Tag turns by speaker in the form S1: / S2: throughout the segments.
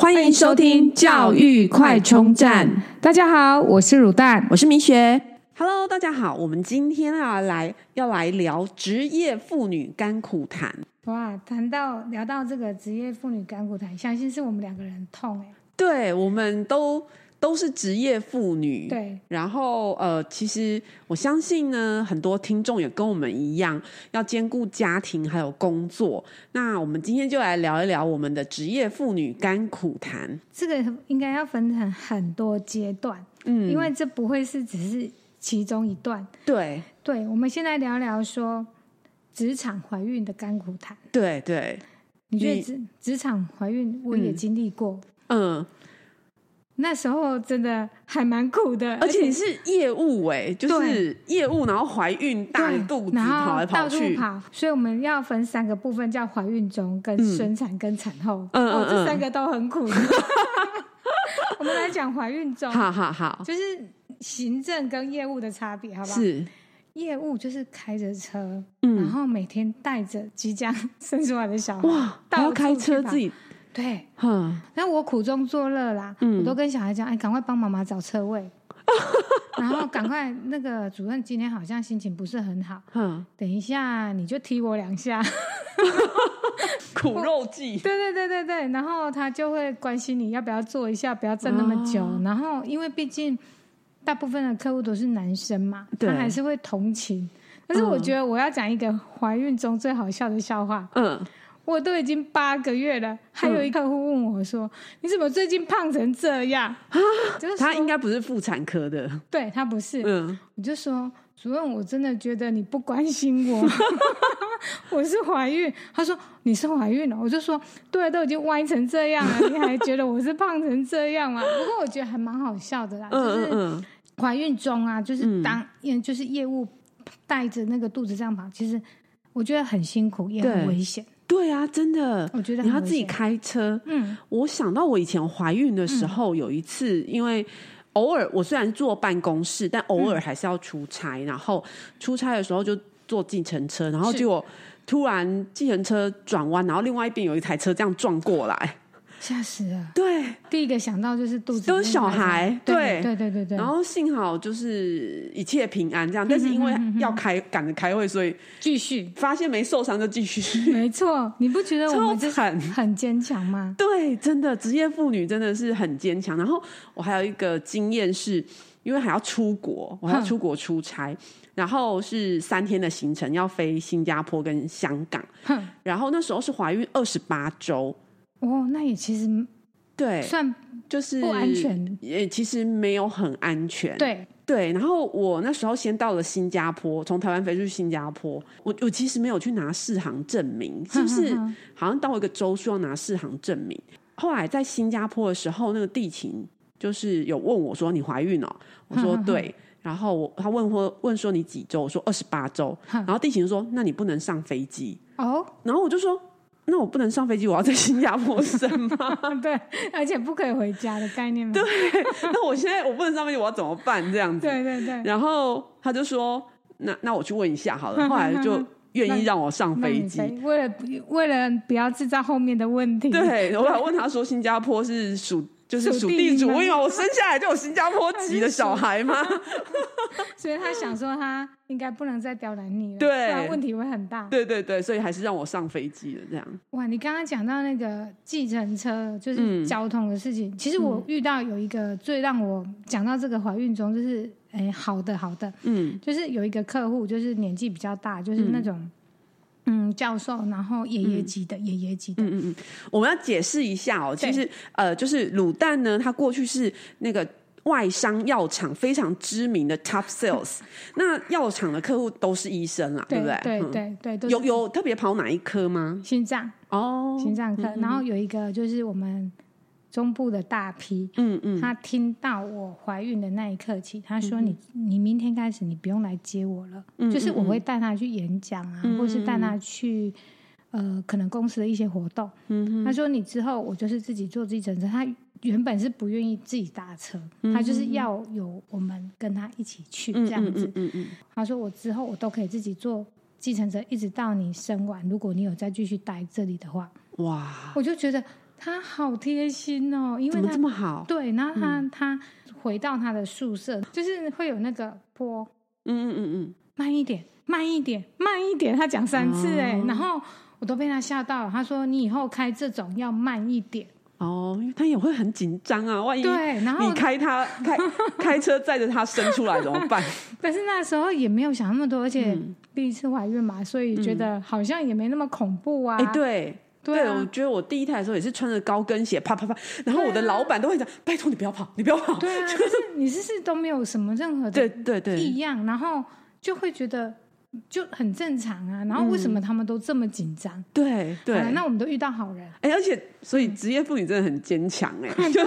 S1: 欢迎收听教育快充站。
S2: 大家好，我是乳蛋。
S1: 我是明学。Hello，大家好，我们今天啊来要来聊职业妇女甘苦谈。
S3: 哇，谈到聊到这个职业妇女干股谈，相信是我们两个人痛哎、
S1: 对，我们都都是职业妇女，
S3: 对，
S1: 然后呃，其实我相信呢，很多听众也跟我们一样，要兼顾家庭还有工作。那我们今天就来聊一聊我们的职业妇女甘苦谈。
S3: 这个应该要分成很多阶段，
S1: 嗯，
S3: 因为这不会是只是其中一段。
S1: 对
S3: 对，我们现在聊聊说职场怀孕的干股谈。
S1: 对对，
S3: 你觉
S1: 你
S3: 得职职场怀孕，我也
S1: 嗯
S3: 经历过，
S1: 嗯，
S3: 那时候真的还蛮苦的，
S1: 而且你是业务哎、就是业务，然后怀孕大着
S3: 对
S1: 肚子
S3: 然后
S1: 跑来跑
S3: 到处
S1: 去，
S3: 跑，所以我们要分三个部分，叫怀孕中、跟
S1: 嗯
S3: 生产、跟产后。
S1: 嗯
S3: 哦
S1: 嗯，嗯
S3: 这三个都 很苦。我们来讲怀孕中，
S1: 好好好，
S3: 就是行政跟业务的差别，好不好？
S1: 哦是，
S3: 业务就是开着车，然
S1: 嗯，
S3: 后每天带着即将生出来的小孩，
S1: 哇，还要
S3: 到处
S1: 开
S3: 去
S1: 车
S3: 跑
S1: 自己，
S3: 对。
S1: 哼，
S3: 那我苦中作乐啦，
S1: 嗯
S3: 我都跟小孩讲，哎，赶快帮妈妈找车位， 然后赶快那个主任今天好像心情不是很好，
S1: 哼，
S3: 等一下你就踢我两下，
S1: 苦肉计，
S3: 对对对对对，然后他就会关心你要不要坐一下，不要站那么久。
S1: 哦
S3: 然后因为毕竟大部分的客户都是男生嘛，
S1: 对
S3: 他还是会同情。但是我觉得我要讲一个怀孕中最好笑的笑话，
S1: 嗯，
S3: 我都已经八个月了，还有一客户问我说：“你怎么最近胖成这样？”就是
S1: 啊他
S3: 说
S1: 应该不是妇产科的，
S3: 对他不是，
S1: 嗯，
S3: 我就说主任，我真的觉得你不关心我， 我是怀孕。他说你是怀孕了，哦我就说对，啊都已经歪成这样了，你还觉得我是胖成这样吗？不过我觉得还蛮好笑的啦，
S1: 嗯嗯
S3: 啊就是
S1: 嗯，
S3: 怀孕中啊，就是当、嗯、就是业务带着那个肚子这样跑，其实我觉得很辛苦，也
S1: 对
S3: 很危险。
S1: 对啊，真的，
S3: 我觉得
S1: 你
S3: 很
S1: 要
S3: 危
S1: 自己
S3: 险
S1: 开车，
S3: 嗯，
S1: 我想到我以前怀孕的时候，有一次，因为偶尔我虽然坐办公室，但偶
S3: 嗯
S1: 尔还是要出差，然后出差的时候就坐计程车，然后
S3: 是
S1: 结果突然计程车转弯，然后另外一边有一台车这样撞过来，
S3: 吓死了。
S1: 对，
S3: 第一个想到就是肚子
S1: 都是
S3: 里面
S1: 小孩对
S3: 对对对对对，嗯
S1: 然后幸好就是一切平安这样，但是因为要开赶着开会，所以
S3: 继续。
S1: 发现没受伤就继 续，
S3: 没错，你不觉得我
S1: 超
S3: 们这
S1: 惨。
S3: 很坚强吗？
S1: 对，真的职业妇女真的是很坚强。然后我还有一个经验是，因为还要出国，我还要
S3: 哼
S1: 出国出差，然后是三天的行程，要飞新加坡跟香港。
S3: 哼，
S1: 然后那时候是怀孕二十八周，
S3: 哦，那也其实
S1: 对，
S3: 算
S1: 就是
S3: 不安全，
S1: 也其实没有很安全。
S3: 对，
S1: 对，然后我那时候先到了新加坡，从台湾飞去新加坡。我我其实没有去拿适航证明，是不是
S3: 哼哼哼？
S1: 好像到一个州需要拿适航证明。后来在新加坡的时候，那个地勤就是有问我说：“你怀孕了、我说：“
S3: 哼哼
S1: 对。”然后我他问我问说：“你几周？”我说：“二十八周。”
S3: 哼
S1: 然后地勤说：“那你不能上飞机。
S3: 哦，”
S1: 然后我就说：“那我不能上飞机，我要在新加坡生吗？
S3: 对，而且不可以回家的概念嘛，对
S1: 那我现在我不能上飞机，我要怎么办？”这样子。
S3: 对对 对，
S1: 然后他就说：“那那我去问一下好 了。”后来就愿意让我上
S3: 那
S1: 飞
S3: 你
S1: 机。
S3: 飞为了为了不要制造后面的问题，
S1: 对，我还问他说：“新加坡是属就是
S3: 属
S1: 属
S3: 地
S1: 地主，
S3: 吗
S1: 我以为我生下来就有新加坡籍的小孩 吗？
S3: 所以他想说他应该不能再刁难你了，
S1: 对
S3: 不然问题会很大。
S1: 对对对，所以还是让我上飞机了。这样，
S3: 哇，你刚刚讲到那个计程车，就
S1: 嗯
S3: 是交通的事情，其实我遇到有一个最让我讲到这个怀孕中，就是哎，好的好的，
S1: 嗯
S3: 就是有一个客户，就是年纪比较大，就是那种嗯教授，然后爷爷级的，爷爷级的，
S1: 嗯嗯嗯，我们要解释一下哦，其
S3: 对
S1: 实呃，就是卤蛋呢，他过去是那个。外商药厂非常知名的 top sales，那药厂的客户都是医生啦，
S3: 对
S1: 不对？
S3: 对
S1: 嗯
S3: 对对，都是
S1: 有有特别跑哪一科吗？
S3: 心脏
S1: 哦，
S3: 心脏科，然后有一个就是我们中部的大批。
S1: 嗯嗯，
S3: 他听到我怀孕的那一刻起，他说你：“你明天开始你不用来接我了，
S1: 嗯
S3: 就是我
S1: 嗯
S3: 会带他去演讲啊，
S1: 嗯
S3: 或是带
S1: 嗯嗯
S3: 他去呃可能公司的一些活动。
S1: 嗯
S3: 他说：“你之后我就是自己坐计程车。”他原本是不愿意自己搭车，
S1: 嗯
S3: 他就是要有我们跟他一起去这样子。
S1: 嗯嗯嗯
S3: 他说：“我之后我都可以自己坐计程车，一直到你生完。如果你有再继续待这里的话，
S1: 嗯，哇，
S3: 我就觉得他好贴心哦，因
S1: 怎么嗯
S3: 为他
S1: 这么好？
S3: 对，然后他、他回到他的宿舍，就是会有那个坡，
S1: 嗯嗯嗯
S3: 慢一点，慢一点，慢一点，他讲三次哎、
S1: 哦
S3: 然后我都被他吓到了。他说你以后开这种要慢一点，
S1: 嗯，哦，因为他也会很紧张啊，万一
S3: 对，然后
S1: 你开他开 开车载着他生出来怎么办？
S3: 但是那时候也没有想那么多，而且
S1: 嗯
S3: 第一次怀孕嘛，所以觉得好像也没那么恐怖啊。
S1: 哎、对。
S3: 对啊
S1: 我觉得我第一胎的时候也是穿着高跟鞋，啪啪啪，然后
S3: 对啊
S1: 我的老板都会讲：“拜托你不要跑，你不要跑。
S3: 对啊，但是你是不是都没有什么任何
S1: 对”
S3: 的
S1: 对对
S3: 异样，然后就会觉得就很正常啊。然后为什么他们都这么紧张？
S1: 对嗯对
S3: 好啦那我嗯们都遇到好人。
S1: 哎、而且所以职业妇女真的很坚强哎，就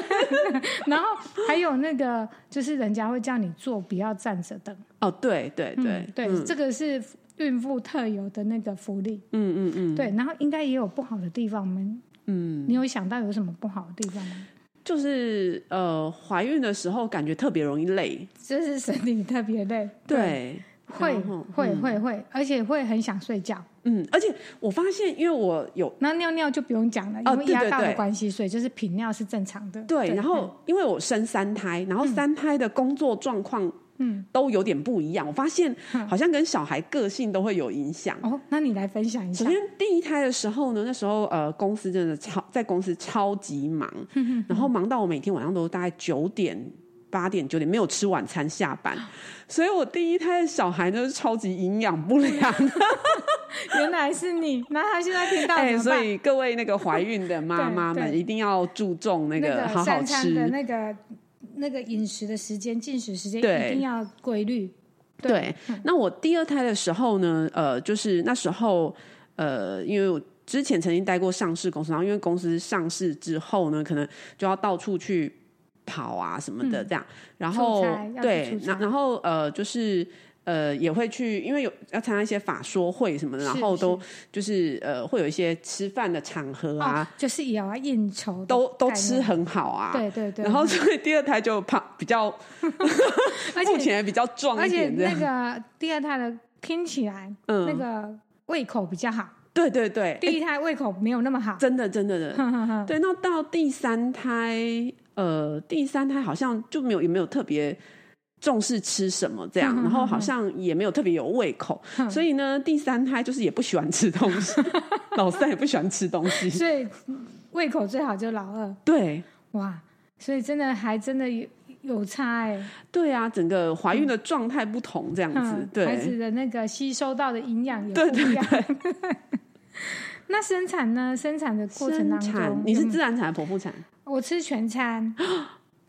S3: 然后还有那个，就是人家会叫你坐，不要站着等。
S1: 哦，对对对、
S3: 嗯对，
S1: 嗯
S3: 这个是孕妇特有的那个福利。
S1: 嗯嗯嗯，
S3: 对，然后应该也有不好的地方吗？
S1: 嗯，
S3: 你有想到有什么不好的地方吗？
S1: 就是呃，怀孕的时候感觉特别容易累，
S3: 这是身体特别累，，
S1: 对，
S3: 会
S1: 然后
S3: 会会会，而且会很想睡觉。
S1: 嗯，而且我发现，因为我有
S3: 那尿尿就不用讲了，
S1: 哦
S3: 因为
S1: 对
S3: 压
S1: 对
S3: 到
S1: 对
S3: 的关系，所以就是频尿是正常的。嗯
S1: 对，然后因为我生三胎，然后三胎的工作状况
S3: 嗯，
S1: 都有点不一样，我发现
S3: 嗯
S1: 好像跟小孩个性都会有影响。
S3: 哦，那你来分享一
S1: 首
S3: 下
S1: 先，第一胎的时候呢，那时候呃，公司真的超在公司超级忙，然后忙到我每天晚上都大概九点、八点、九点没有吃晚餐下班，
S3: 啊
S1: 所以我第一胎的小孩呢是超级营养不 良的，
S3: 原来是你，那他现在听到
S1: 哎、
S3: 怎 么
S1: 所
S3: 办？
S1: 以各位那个怀孕的妈妈
S3: 对
S1: 们
S3: 对
S1: 一定要注重那
S3: 那
S1: 个好好
S3: 三餐
S1: 吃，
S3: 的那个那个饮食的时间、进食时间
S1: 对
S3: 一定要规律。
S1: 对，那我第二胎的时候呢，呃，就是那时候，呃，因为我之前曾经待过上市公司，然后因为公司上市之后呢，可能就要到处去跑啊什么的这样，然后
S3: 嗯出差要去
S1: 对
S3: 出，差
S1: 然然后呃，就是。呃，也会去，因为有要参加一些法说会什么的，然
S3: 是
S1: 后都就是呃，会有一些吃饭的场合
S3: 哦
S1: 啊，，
S3: 就是也要应酬的概
S1: 都
S3: 念，
S1: 都吃很好啊。
S3: 对对对，
S1: 然后所以第二胎就胖，比较
S3: 而
S1: 目
S3: 且
S1: 前比较壮
S3: 而
S1: 一
S3: 且
S1: 点这样
S3: 那。个第二胎的听起来
S1: 嗯哎
S3: 那个胃口比较好，
S1: 对对对，
S3: 第一胎胃口没有那么好。
S1: 真的，真的的。
S3: 哼哼哼
S1: 对，那到第三胎，呃，第三胎好像就没有，也没有特别重视吃什么这 样，然后好像也没有特别有胃口，所以呢，第三胎就是也不喜欢吃东西， 老三也不喜欢吃东西。
S3: 所以胃口最好就老二
S1: 对，
S3: 哇，所以真的还真的有有差哎、
S1: 对啊，整个怀孕的状态不同，这样子，
S3: 嗯孩子
S1: 对。
S3: 的那个吸收到的营养也不
S1: 对
S3: 一样。那生产呢？生产的过程
S1: 生
S3: 当中嗯有
S1: 产，
S3: 没
S1: 你
S3: 有，
S1: 是自然产还是剖腹产？
S3: 我吃 全餐，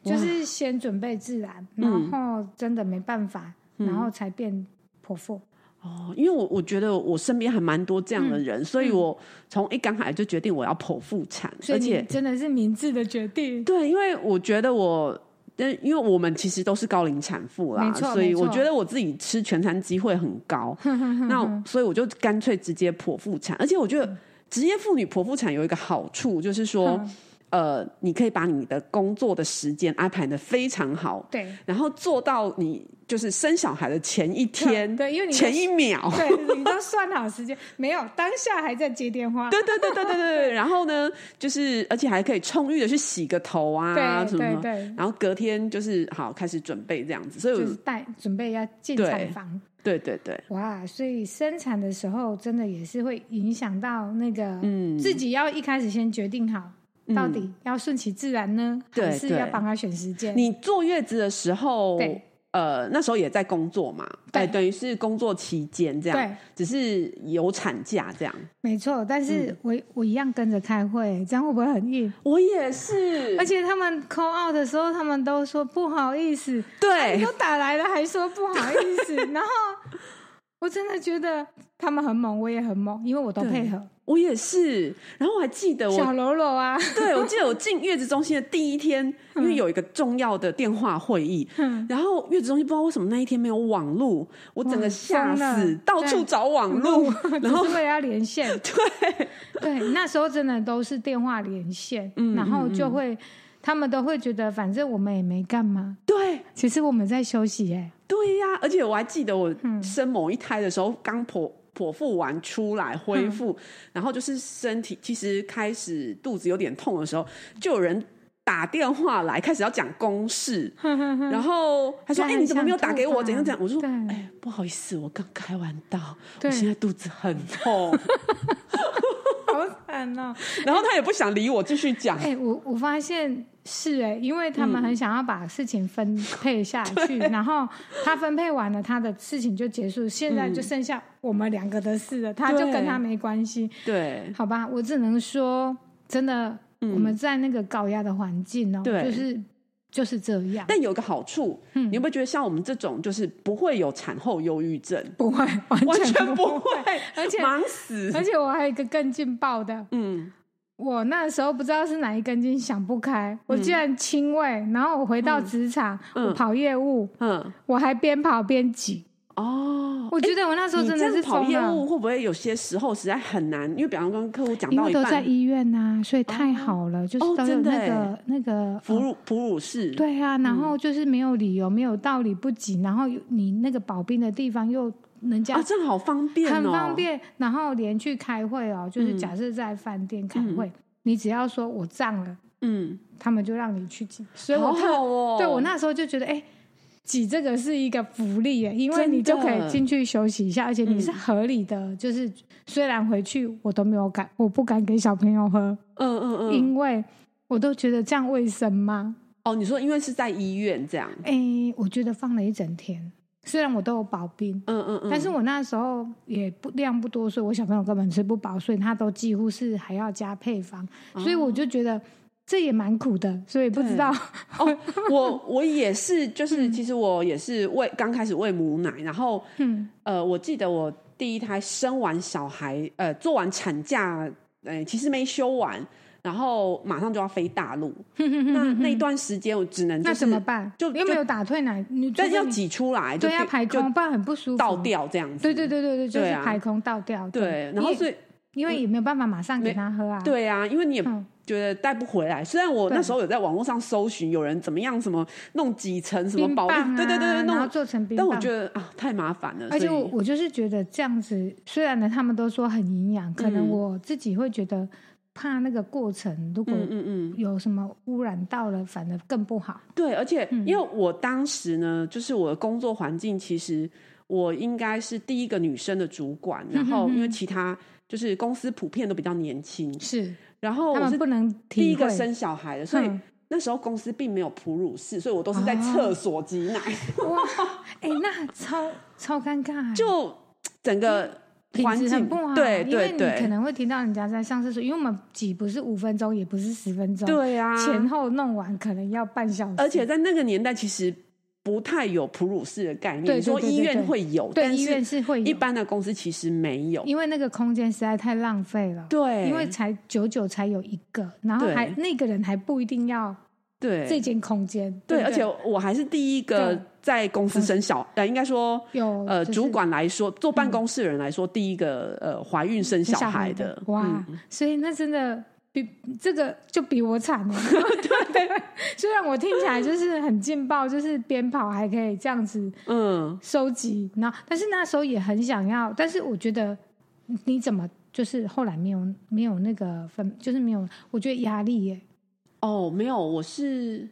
S3: 就是先准备自然，
S1: 嗯
S3: 然后真的没办法，然后才变剖腹。
S1: 哦，因为我我觉得我身边还蛮多这样的
S3: 嗯
S1: 人，所以我从一刚来就决定我要剖腹产，
S3: 所
S1: 而
S3: 以
S1: 且
S3: 你真的是明智的决定。
S1: 对，因为我觉得我，但因为我们其实都是高龄产妇啦
S3: 没，错
S1: 所以
S3: 没错
S1: 我觉得我自己吃全餐机会很 高。那所以我就干脆直接剖腹产，而且我觉得职业妇女剖腹产有一个好处，就是说，呃，你可以把你的工作的时间安排的非常好，
S3: 对
S1: 然后做到你就是生小孩的前一天、
S3: 对，因啊为你
S1: 前一秒，
S3: 对你都算好时间，没有当下还在接电 话。
S1: 对对对对对对，然后呢，就是而且还可以充裕的去洗个头啊，
S3: 对
S1: 什么什么
S3: 对对
S1: 然后隔天就是好开始准备这样子，所以我、
S3: 就是带准备要进产
S1: 嗯对
S3: 房，
S1: 对对对
S3: 哇！所以生产的时候真的也是会影响到那个，嗯，自己要一开始先决定好，到底要顺其自然呢，
S1: 嗯对
S3: 还是
S1: 对
S3: 要帮他选时间？
S1: 你坐月子的时候
S3: 对，
S1: 呃，那时候也在工作嘛，
S3: 对
S1: 哎等于是工作期间这样
S3: 对，
S1: 只是有产假这样。
S3: 没错，但
S1: 嗯
S3: 是我、我一样跟着开会，这样会不会很硬？
S1: 我也是，
S3: 而且他们 call out 的时候，他们都说不好意思，
S1: 对
S3: 啊都打来了还说不好意 思，然后我真的觉得他们很猛，我也很猛，因为我都
S1: 对
S3: 配合
S1: 我也是。然后我还记得
S3: 小
S1: 我，
S3: 喽啰啊，
S1: 对我记得我进月子中心的第一天，因为有一个重要的电话会议，
S3: 嗯，
S1: 然后月子中心不知道为什么那一天没有网路，我整个吓
S3: 哇疯
S1: 死
S3: 了，
S1: 到处找网路。
S3: 只是为了要连线，
S1: 对
S3: 对，那时候真的都是电话连线，
S1: 嗯
S3: 然后就会他们都会觉得反正我们也没干嘛，
S1: 对
S3: 其实我们在休息哎、嗯
S1: 对呀、而且我还记得我生某一胎的时候，刚剖剖腹完出来恢复，
S3: 嗯
S1: 然后就是身体其实开始肚子有点痛的时候，就有人打电话来，开始要讲公 事，然后他说：“
S3: 对
S1: 哎、你怎么没有
S3: 很想
S1: 打给我？
S3: 吐
S1: 怎样怎样？”我说：“
S3: 啊对
S1: 哎、不好意思，我刚开完刀，我
S3: 对
S1: 现在肚子很 痛。
S3: 好惨哦！”
S1: 然后他也不想理我，继续讲。
S3: 哎、我我发现是哎、因为他
S1: 嗯
S3: 们很想要把事情分配 下去，然后他分配完了，他的事情就结束，现在就剩下我们两个的事了，他就
S1: 嗯对
S3: 跟他没关系，
S1: 对，
S3: 好吧？我只能说，真的，我们在那个高压的环境哦、
S1: 嗯对
S3: 就是就是这样，
S1: 但有个好处，
S3: 嗯
S1: 你有没有觉得像我们这种就是不会有产后忧郁症？
S3: 不会，
S1: 完
S3: 完
S1: 全
S3: 不
S1: 不会，
S3: 而且
S1: 忙死。
S3: 而且我还有一个更劲爆的，
S1: 嗯，
S3: 我那时候不知道是哪一根筋想不开，我居然亲喂，然后我回到职场，
S1: 嗯
S3: 我跑业务，
S1: 嗯，
S3: 我还边跑边挤，
S1: 哦，
S3: 我觉得我那时候
S1: 你
S3: 真
S1: 这
S3: 的
S1: 样
S3: 是
S1: 跑
S3: 疯
S1: 业
S3: 了
S1: 务，会不会有些时候实在很难？因为比方说跟客户讲
S3: 因
S1: 到
S3: 为
S1: 一
S3: 都在
S1: 半，
S3: 医院呐、所以太好了，就
S1: 哦
S3: 是都有
S1: 真的
S3: 那个、
S1: 欸
S3: 那个
S1: 哺
S3: 呃
S1: 乳哺乳室，
S3: 对啊，然
S1: 嗯
S3: 后就是没有理由、没有道理不挤，然后你那个保病的地方又人家
S1: 啊，这样好方便哦，嗯
S3: 很方。便。然后连去开会哦，就是假设在饭店开会，你只要说我胀了，
S1: 嗯，
S3: 他们就让你去挤。所以
S1: 好
S3: 我特、
S1: 好哦，
S3: 对我那时候就觉得，哎、挤这个是一个福利耶，因为
S1: 真的
S3: 你就可以进去休息一下，而且你是合理的。
S1: 嗯
S3: 就是虽然回去我都没有敢，我不敢给小朋友喝，
S1: 嗯嗯嗯，
S3: 因为我都觉得这样卫生吗？
S1: 哦，你说因为是在医院这样，
S3: 哎、我觉得放了一整天，虽然我都有保冰，
S1: 嗯嗯嗯，
S3: 但是我那时候也不量不多，所以我小朋友根本吃不饱，所以他都几乎是还要加配方，
S1: 哦
S3: 所以我就觉得这也蛮苦的，所以不知道
S1: 哦， 我我也是，就是其实我也是喂刚开始喂母奶，然后
S3: 嗯
S1: 呃，我记得我第一胎生完小孩，呃，做完产假，呃，其实没休完，然后马上就要飞大陆， 那那一段时间我只能就
S3: 嗯那
S1: 是
S3: 怎么办？
S1: 就
S3: 又没有打退奶，你
S1: 但
S3: 除非
S1: 要
S3: 你
S1: 挤出来，就
S3: 对要
S1: 给
S3: 排
S1: 就
S3: 空，不然很不舒服。
S1: 倒掉这样子，
S3: 对对对对对，就是
S1: 对啊
S3: 排空倒掉。
S1: 对，然后所以
S3: 因为也没有办法马上给他喝啊。
S1: 对啊，因为你也
S3: 嗯
S1: 觉得带不回来。虽然我
S3: 对
S1: 那时候有在网络上搜寻有人怎么样，什么弄几层什么
S3: 冰
S1: 保利
S3: 棒啊，
S1: 对对对对，
S3: 然后
S1: 弄，
S3: 做成冰
S1: 但
S3: 棒。
S1: 我觉得啊太麻烦了，
S3: 而且
S1: 所以
S3: 我我就是觉得这样子，虽然呢他们都说很营养，可能
S1: 嗯
S3: 我自己会觉得怕那个过程如果
S1: 嗯嗯嗯，
S3: 有什么污染到了，反而更不好。
S1: 对，而且
S3: 嗯
S1: 因为我当时呢，就是我的工作环境，其实我应该是第一个女生的主管，
S3: 嗯
S1: 然后因为其他就是公司普遍都比较年轻，
S3: 是，
S1: 然后
S3: 他
S1: 我
S3: 们
S1: 是
S3: 不能体会
S1: 第一个生小孩的，所以
S3: 嗯
S1: 那时候公司并没有哺乳室，所以我都是在厕所挤奶，
S3: 啊哇， 哎、那超超尴尬，
S1: 就整个
S3: 品
S1: 环
S3: 质
S1: 境
S3: 很不好，啊
S1: 对
S3: 因为
S1: 对
S3: 你可
S1: 对，
S3: 能会听到人家在上厕所，因为我们挤不是五分钟，也不是十分钟，、
S1: 对啊，
S3: 前后弄完可能要半小时，
S1: 而且在那个年代其实不太有哺乳室的概念，
S3: 对
S1: 你说
S3: 对对
S1: 医
S3: 对
S1: 院
S3: 对
S1: 会有，
S3: 对
S1: 但
S3: 医院
S1: 是
S3: 是会有
S1: 一，般的公司其实没有，
S3: 因为那个空间实在太浪费了。
S1: 对，
S3: 因为才九九才有一个，然后
S1: 对
S3: 还那个人还不一定要
S1: 对
S3: 这间空间，
S1: 对，
S3: 不
S1: 而且我还是第一个
S3: 对
S1: 在公司生小，呃，应该说，
S3: 有
S1: 呃，
S3: 就是嗯
S1: 主管来说，做办公室的人来说，第一个呃怀孕生
S3: 小
S1: 小孩
S3: 的
S1: 的，
S3: 哇，
S1: 嗯
S3: 所以那真的比这个就比我惨 了。对， 虽然我听起来就是很劲爆，就是边跑还可以这样子
S1: 嗯，
S3: 收集，然后但是那时候也很想要，但是我觉得你怎么就是后来没有没有那个分，就是没有，我觉得压力耶。
S1: 哦，没有，我是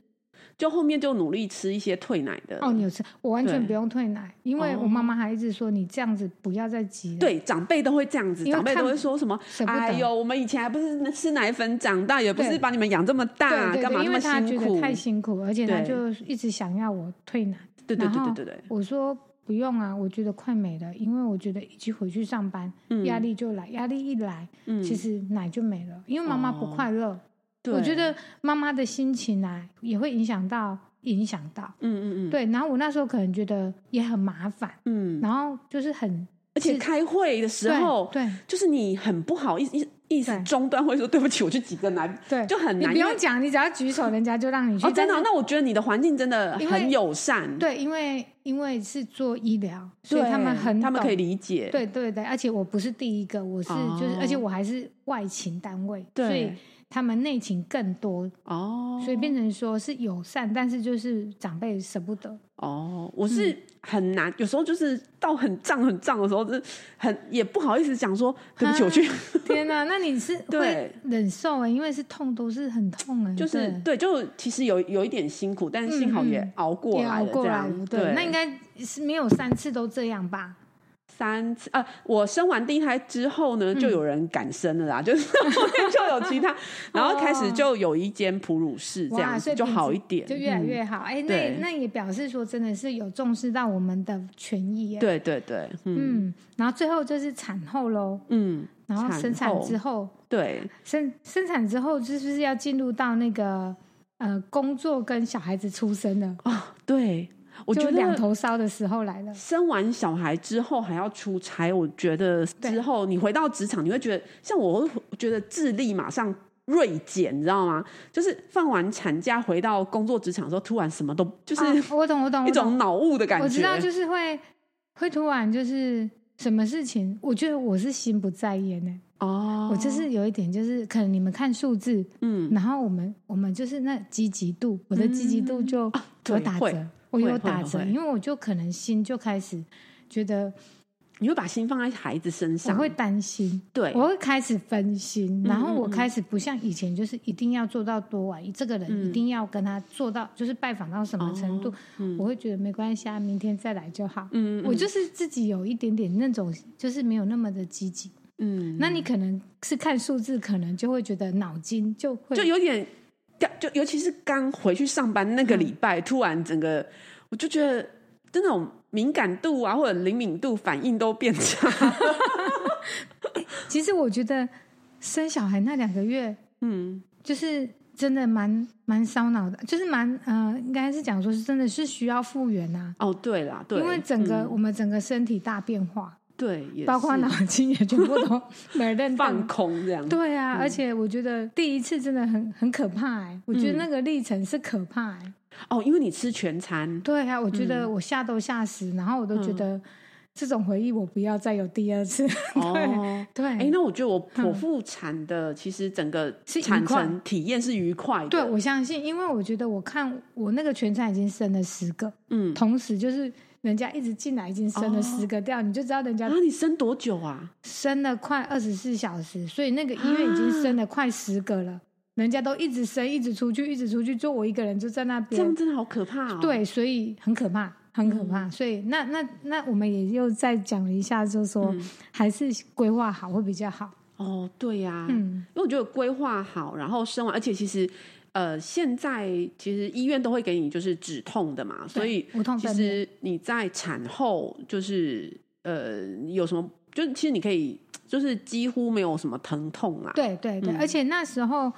S1: 就后面就努力吃一些退奶的，
S3: 哦，你有吃？我完全
S1: 呃对哦
S3: 不用退奶，因为我妈妈还一直说你这样子不要再挤了。
S1: 对，长辈都会这样子，
S3: 因为
S1: 长辈都
S3: 看
S1: 会说什么
S3: 舍？不得
S1: 哎呦，我们以前还不是吃奶粉长大，也不
S3: 对
S1: 是把你们养这么大，
S3: 对对
S1: 干嘛那
S3: 对，因
S1: 么
S3: 为他
S1: 辛
S3: 觉
S1: 苦
S3: 得？太辛苦，而且他
S1: 对
S3: 就一直想要我退奶。
S1: 对对
S3: 然
S1: 对
S3: 后
S1: 对对对，
S3: 我说不用啊，我觉得快没了，因为我觉得已经回去上班，压力就来，压力一来，
S1: 嗯，哦
S3: 其实奶就没了，因为妈妈不快乐。
S1: 对
S3: 我觉，得妈妈的心情啊，也会影响到影响到。
S1: 嗯嗯嗯，
S3: 对，然后我那时候可能觉得也很麻烦，
S1: 嗯，
S3: 然后就是很
S1: 而且开会的时候，
S3: 对对
S1: 就是你很不好意思意思
S3: 对
S1: 中断，会说对不起，我去挤个奶，
S3: 对，
S1: 就很
S3: 你
S1: 难。
S3: 不
S1: 因为
S3: 用讲，你只要举手，人家就让你去。
S1: 哦，真的哦、
S3: 但是
S1: 那我觉得你的环境真的
S3: 因为
S1: 很友善，
S3: 对，因为因为是做医疗，所
S1: 对，
S3: 以他们很
S1: 他们可以
S3: 懂
S1: 理解，
S3: 对对对，而且我不是第一个，我是就是，而且
S1: 哦
S3: 我还是外勤单位，
S1: 对
S3: 所以他们内勤更多，
S1: 哦，
S3: 所以变成说是友善，但是就是长辈舍不得，
S1: 哦，我是
S3: 嗯
S1: 很难，有时候就是到很胀很胀的时候，就是很也不好意思讲说对不起，我去，
S3: 天哪、那你是啊会
S1: 对
S3: 忍受哎、因为是痛都是很痛哎、
S1: 就是对，
S3: 对
S1: 就其实有有一点辛苦，但是幸好
S3: 嗯
S1: 也
S3: 嗯
S1: 熬过
S3: 也
S1: 来
S3: 熬
S1: 了，
S3: 过
S1: 这
S3: 来
S1: 样
S3: 了，对，那应
S1: 该
S3: 该是没有三次都这样吧？
S1: 三次啊。我生完第一胎之后呢，
S3: 嗯
S1: 就有人敢生了啦，就是后面就有 其他，然后开始就有一间哺乳室这
S3: 哦哇，
S1: 样子
S3: 所以
S1: 就
S3: 品
S1: 好
S3: 质
S1: 一点，
S3: 就越来
S1: 嗯
S3: 越好。哎、
S1: 对
S3: 那那也表示说真的是有重视到我们的权益耶。，啊
S1: 对对对，嗯
S3: 嗯，然后最后就是产后喽，
S1: 嗯，
S3: 然后生
S1: 产
S3: 产
S1: 后
S3: 之后，
S1: 对，
S3: 生生产之后是不是要进入到那个呃工作跟小孩子出生了？
S1: 啊，对，我
S3: 就
S1: 觉
S3: 两
S1: 得
S3: 头烧的时候来了。
S1: 生完小孩之后还要出差，我觉得
S3: 对
S1: 之后你回到职场，你会觉得像我会觉得智力马上锐减，你知道吗？就是放完产假回到工作职场的时候，突然什么都就是
S3: 啊、我懂，我 懂，
S1: 一
S3: 我懂
S1: 种脑雾的感觉。
S3: 我知道，就是会会突然就是什么事情，我觉得我是心不在焉呢、
S1: 哦，
S3: 我就是有一点，就是可能你们看数字，
S1: 嗯，
S3: 然后我们我们就是那积极度，我的积极度就有
S1: 嗯啊对
S3: 打折，
S1: 会
S3: 我有
S1: 会
S3: 打折，
S1: 会
S3: 因为我就可能心就开始觉得
S1: 你会把心放在孩子身
S3: 我
S1: 上，
S3: 会担心，
S1: 对
S3: 我会开始分心，然后
S1: 嗯
S3: 我
S1: 嗯
S3: 开始不像以前，就是一定要做到多晚，这个人一
S1: 嗯
S3: 定要跟他做到，就是拜访到什么程度，
S1: 嗯
S3: 我会觉得没关系啊，明天再来就好。
S1: 嗯，
S3: 我
S1: 嗯
S3: 就是自己有一点点那种，就是没有那么的积极。
S1: 嗯，
S3: 那你可能是看数字，可能就会觉得脑筋就会
S1: 就有点掉，就尤其是刚回去上班那个
S3: 嗯
S1: 礼拜，突然整个我就觉得就那种敏感度啊，或者灵敏度、反应都变 差。
S3: 其实我觉得生小孩那两个月，
S1: 嗯，
S3: 就是真的蛮蛮烧脑的，就是蛮呃，应该是讲说是真的是需要复原啊，
S1: 哦，对啦，对，
S3: 因为整个、
S1: 嗯
S3: 我们整个身体大变化，
S1: 对，也
S3: 包括
S1: 是
S3: 脑筋也全部都 没认
S1: 放空嗯这样。
S3: 对啊，而且我觉得第一次真的很很可怕、欸，我
S1: 嗯
S3: 觉得那个历程是可怕、欸。
S1: 哦，因为你吃全餐，
S3: 对啊，我觉得
S1: 嗯
S3: 我吓都吓死，然后我都觉得、这种回忆我不要再有第二次。
S1: 哦。
S3: 对，嗯
S1: 哎、那我觉得我剖腹产的，其实整个
S3: 是愉
S1: 产
S3: 快
S1: 程体验是愉快的。
S3: 对，我相信，因为我觉得我看我那个全餐已经生了十个，
S1: 嗯，
S3: 同时就是人家一直进来已经生了十个掉，你就知道人家
S1: 啊，你生多久啊？
S3: 生了快二十四小时，所以那个医院已经生了快十个了，人家都一直生，一直出去，一直出去，就我一个人就在那
S1: 这样
S3: 边，
S1: 真的好可怕哦。，
S3: 对，所以很可怕。很可怕，
S1: 嗯
S3: 所以那那那我们也又再讲了一下，就说、
S1: 嗯
S3: 还是规划好会比较好。
S1: 哦，对呀、
S3: 嗯，
S1: 因为我觉得规划好，然后生完，而且其实呃，现在其实医院都会给你就是止痛的嘛，所以
S3: 无痛
S1: 其
S3: 分娩
S1: 实你在产后就是呃有什么，就是其实你可以就是几乎没有什么疼痛啦。
S3: 对对对，
S1: 嗯
S3: 而且那时候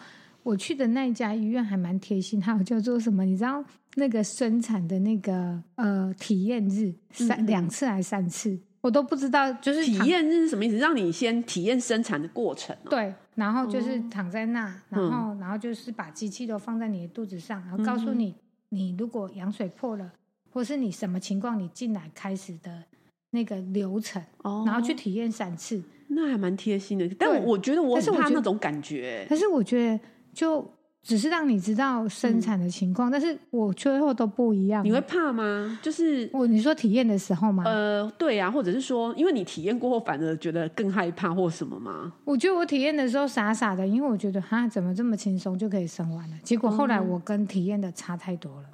S3: 我去的那一家医院还蛮贴心，还有叫做什么，你知道那个生产的那个呃体验日，三、
S1: 嗯嗯
S3: 两次还是三次，我都不知道，就是
S1: 体
S3: 躺
S1: 验是什么意思？让你先体验生产的过程、哦。
S3: 对，然后就是躺在那，
S1: 嗯
S3: 然后然后就是把机器都放在你的肚子上，然后告
S1: 嗯
S3: 诉你，你如果羊水破了，或是你什么情况，你进来开始的那个流程，
S1: 哦，
S3: 然后去体验三次。
S1: 那还蛮贴心的，但
S3: 对
S1: 我我觉得我
S3: 但是
S1: 很
S3: 我
S1: 怕
S3: 觉
S1: 那
S3: 得嗯
S1: 种感觉。
S3: 但是我觉得就只是让你知道生产的情况，但是我最后都不一样。
S1: 嗯你会怕吗？就是
S3: 我你说体验的时候嘛，
S1: 呃，对呀、或者是说，因为你体验过后，反而觉得更害怕或什么吗？
S3: 我觉得我体验的时候傻傻的，因为我觉得哈怎么这么轻松就可以生完了，结
S1: 哦
S3: 果后来我跟体验的差太多 了。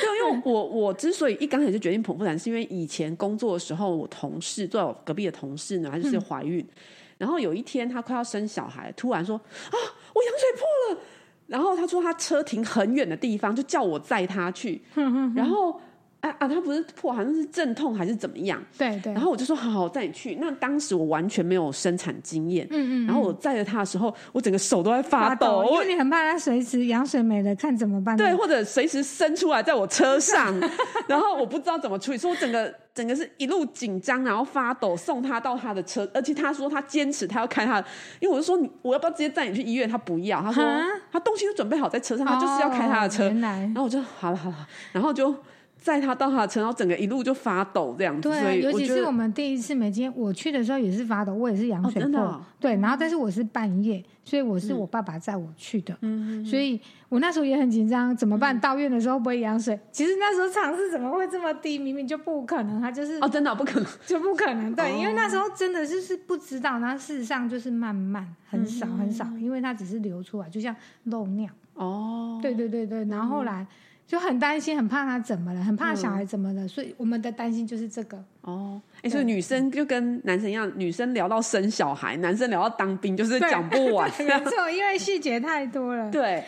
S1: 对，啊因为我我之所以一刚开始就决定剖腹产，是因为以前工作的时候，我同事坐在我隔壁的同事呢，她
S3: 嗯
S1: 就是怀孕，然后有一天她快要生小孩，突然说啊，我羊水破了。然后她说她车停很远的地方，就叫我载她去。然后啊啊，她不是破，好像是阵痛还是怎么样。
S3: 对对，
S1: 然后我就说好好，我载你去。那当时我完全没有生产经验，
S3: 嗯嗯，
S1: 然后我载着她的时候，我整个手都在发
S3: 发
S1: 抖，
S3: 抖，因
S1: 我
S3: 为你很怕它随时羊水没了，看怎么办。
S1: 对，，或者随时伸出来在我车 上，然后我不知道怎么处理，所以我整个整个是一路紧张，然后发抖，送他到他的车，而且他说他坚持他要开他的，因为我就说你我要不要直接载你去医院，他不要，他说
S3: 哈哦
S1: 他东西都准备好在车上，他就是要开他的车，
S3: 哦原来
S1: 然后我就好了好了，然后就载他到他的车，然后整个一路就发抖这样子。 所
S3: 对，啊
S1: 以
S3: 尤
S1: 我
S3: 其
S1: 觉
S3: 是
S1: 得
S3: 我们第一次美金，我去的时候也是发抖，我也是羊
S1: 哦
S3: 水
S1: 真
S3: 破。
S1: 的嗯哦
S3: 对，然后但是我是半夜，所以我是我爸爸载我去的，
S1: 嗯
S3: 所以我那时候也很紧张，怎么办？到院的时候会不会羊水？其实那时候尝试怎么会这么低？明明就不可能，他就是、
S1: 哦，真的哦、不可能。
S3: 就不可能。对，
S1: 哦
S3: 因为那时候真的是是不知道，然后事实上就是慢慢很少
S1: 嗯
S3: 很少，因为它只是流出来，就像漏尿。
S1: 哦，嗯
S3: 对对对对，然后后来就很担心，很怕他怎么了，很怕小孩怎么了，所以我们的担心就是 这个。
S1: 哦，哎、所以女生就跟男生一样，女生聊到生小孩，男生聊到当兵，就是
S3: 对
S1: 讲不完。
S3: 没错，因为细节太多了。
S1: 对，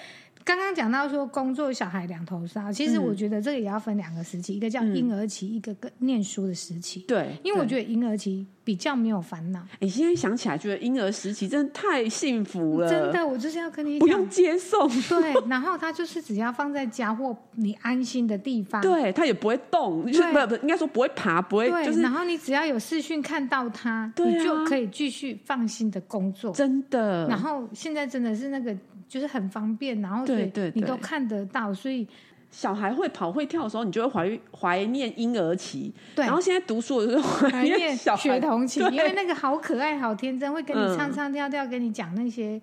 S3: 刚刚讲到说工作小孩两头烧，其实
S1: 嗯
S3: 我觉得这个也要分两个时期，一个叫
S1: 嗯
S3: 婴儿期，一个跟念书的时期。
S1: 对，
S3: 因为我
S1: 得，
S3: 觉得婴儿期比较没有烦恼，
S1: 你、现在想起来，觉得婴儿时期真的太幸福了，
S3: 真的，我啊就是要跟你
S1: 不用
S3: 讲，
S1: 接送，
S3: 对，然后他就是只要放在家或你安心的地方，
S1: 对他也不会动，就是
S3: 对
S1: 不不应该说不会爬，不会
S3: 对，
S1: 就是
S3: 然后你只要有视讯看到他，
S1: 对啊
S3: 你就可以继续放心的工作。
S1: 真的。
S3: 然后现在真的是那个就是很方便，然后所以
S1: 对对对
S3: 你都看得到，所以
S1: 小孩会跑会跳的时候，你就会怀怀念婴儿期，
S3: 对
S1: 然后现在读书的时候怀
S3: 怀 念
S1: 小孩
S3: 学童期，
S1: 对
S3: 因为那个好可爱、好天真，会跟
S1: 嗯
S3: 你唱唱跳跳，跟你讲那些，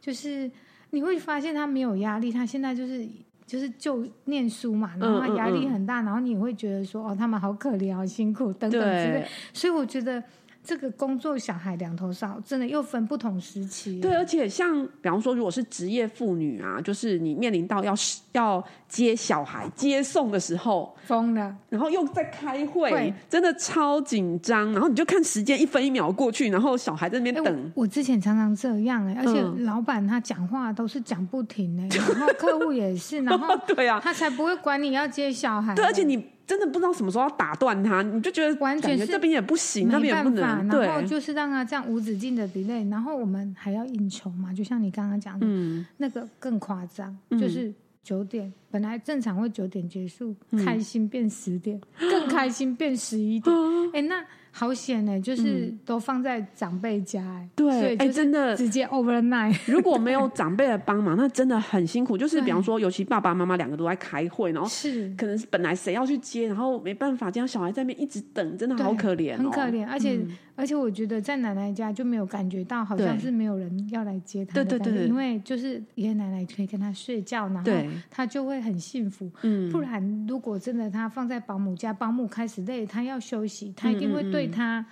S3: 就是你会发现他没有压力，他现在就是。就是就念书嘛，然后他
S1: 嗯嗯
S3: 压力很大，然后你也会觉得说哦，他们好可怜、好辛苦等等之类
S1: 对，
S3: 所以我觉得这个工作小孩两头烧，真的又分不同时期。
S1: 对，而且像比方说，如果是职业妇女啊，就是你面临到要要接小孩、接送的时候，
S3: 疯了，
S1: 然后又在开会
S3: 会，
S1: 真的超紧张。然后你就看时间一分一秒过去，然后小孩在那
S3: 哎
S1: 边等，
S3: 我。我之前常常这样哎、而且
S1: 嗯
S3: 老板他讲话都是讲不停 哎、然后客户也是，然后哎
S1: 对啊，
S3: 他才不会管你要接小孩。
S1: 对，而且你真的不知道什么时候要打断他，你就觉得
S3: 完全
S1: 感觉
S3: 是
S1: 这边也不行，那
S3: 没
S1: 边也
S3: 办
S1: 不
S3: 法
S1: 能，，对
S3: 然后，就是让他这样无止境的 delay，然后我们还要应酬嘛，就像你刚刚讲的，
S1: 嗯，
S3: 那个更夸张，
S1: 嗯
S3: 就是九点本来正常会九点结束，
S1: 嗯
S3: 开心变 十点，更开心变十一点。
S1: 嗯
S3: 哎、那好险呢、就是都放在长辈家、哎，所
S1: 对，
S3: 以
S1: 哎，
S3: 就是
S1: 真 的。
S3: 直接 overnight。
S1: 如果没有长辈的帮忙，那真的很辛苦。就是比方
S3: 对
S1: 说，尤其爸爸妈妈两个都在开会，然后
S3: 是，
S1: 可能是本来谁要去接，然后没办法，这样小孩在那边一直等，真的
S3: 对
S1: 好可怜、哦，
S3: 很可。怜，而且、
S1: 嗯
S3: 而且我觉得在奶奶家就没有感觉到好像
S1: 对
S3: 是没有人要来接她
S1: 对
S3: 的
S1: 对
S3: 感觉，
S1: 对
S3: 因为就是爷爷奶奶可以跟她睡觉，然后
S1: 对
S3: 她就会很幸福。
S1: 嗯
S3: 不然如果真的她放在保姆家，保姆开始累，她要休息，她一
S1: 嗯
S3: 定会对她